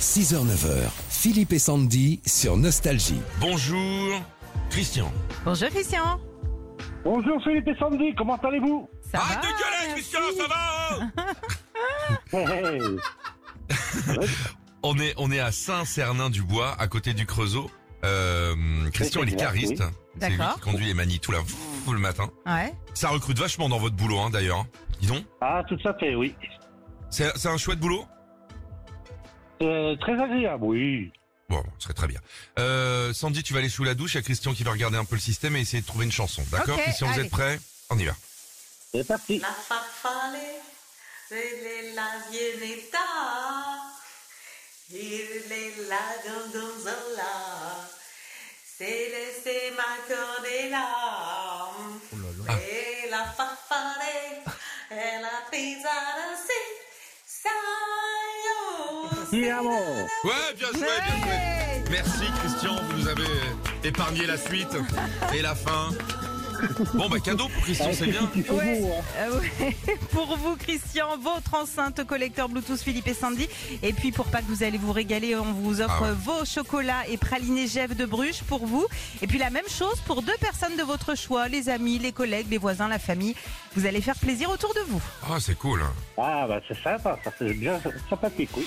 6h-9h, Philippe et Sandy sur Nostalgie. Bonjour, Christian. Bonjour Christian. Bonjour Philippe et Sandy, comment allez-vous Ça Arrête va de gueuler, Christian, ça va hein Hey, hey. on, est, on est à Saint-Cernin-du-Bois, à côté du Creusot. Euh, Christian, il est cariste. C'est lui D'accord. qui conduit les manies tout là, le matin. Ouais. Ça recrute vachement dans votre boulot, hein, d'ailleurs. Dis donc, Ah, tout à fait, oui. c'est c'est un chouette boulot Euh, très agréable, oui. Bon, ce serait très bien. Euh, Sandy, tu vas aller sous la douche, il y a Christian qui va regarder un peu le système et essayer de trouver une chanson. D'accord Ok, Christian, vous allez. êtes prêts On y va. C'est parti. La farfalle, il est là, bien état. Il est là, dans, dans, dans, là. C'est laissé ma Oh là. Et la farfalle, elle a pris à danser. Ça y est, Ti amo. Ouais, bien joué, bien joué. Ouais. Merci Christian, vous nous avez épargné la suite et la fin. Bon bah cadeau pour Christian, c'est bien. Il fait Ouais. beau, hein. Euh, ouais. Pour vous Christian, votre enceinte collecteur Bluetooth Philippe et Sandy. Et puis pour Pâques, vous allez vous régaler. On vous offre Ah ouais. vos chocolats et pralinés Jeff de Bruges pour vous. Et puis la même chose pour deux personnes de votre choix, les amis, les collègues, les voisins, la famille. Vous allez faire plaisir autour de vous. Ah c'est cool. Ah, bah c'est sympa, ça c'est bien sympathique, oui.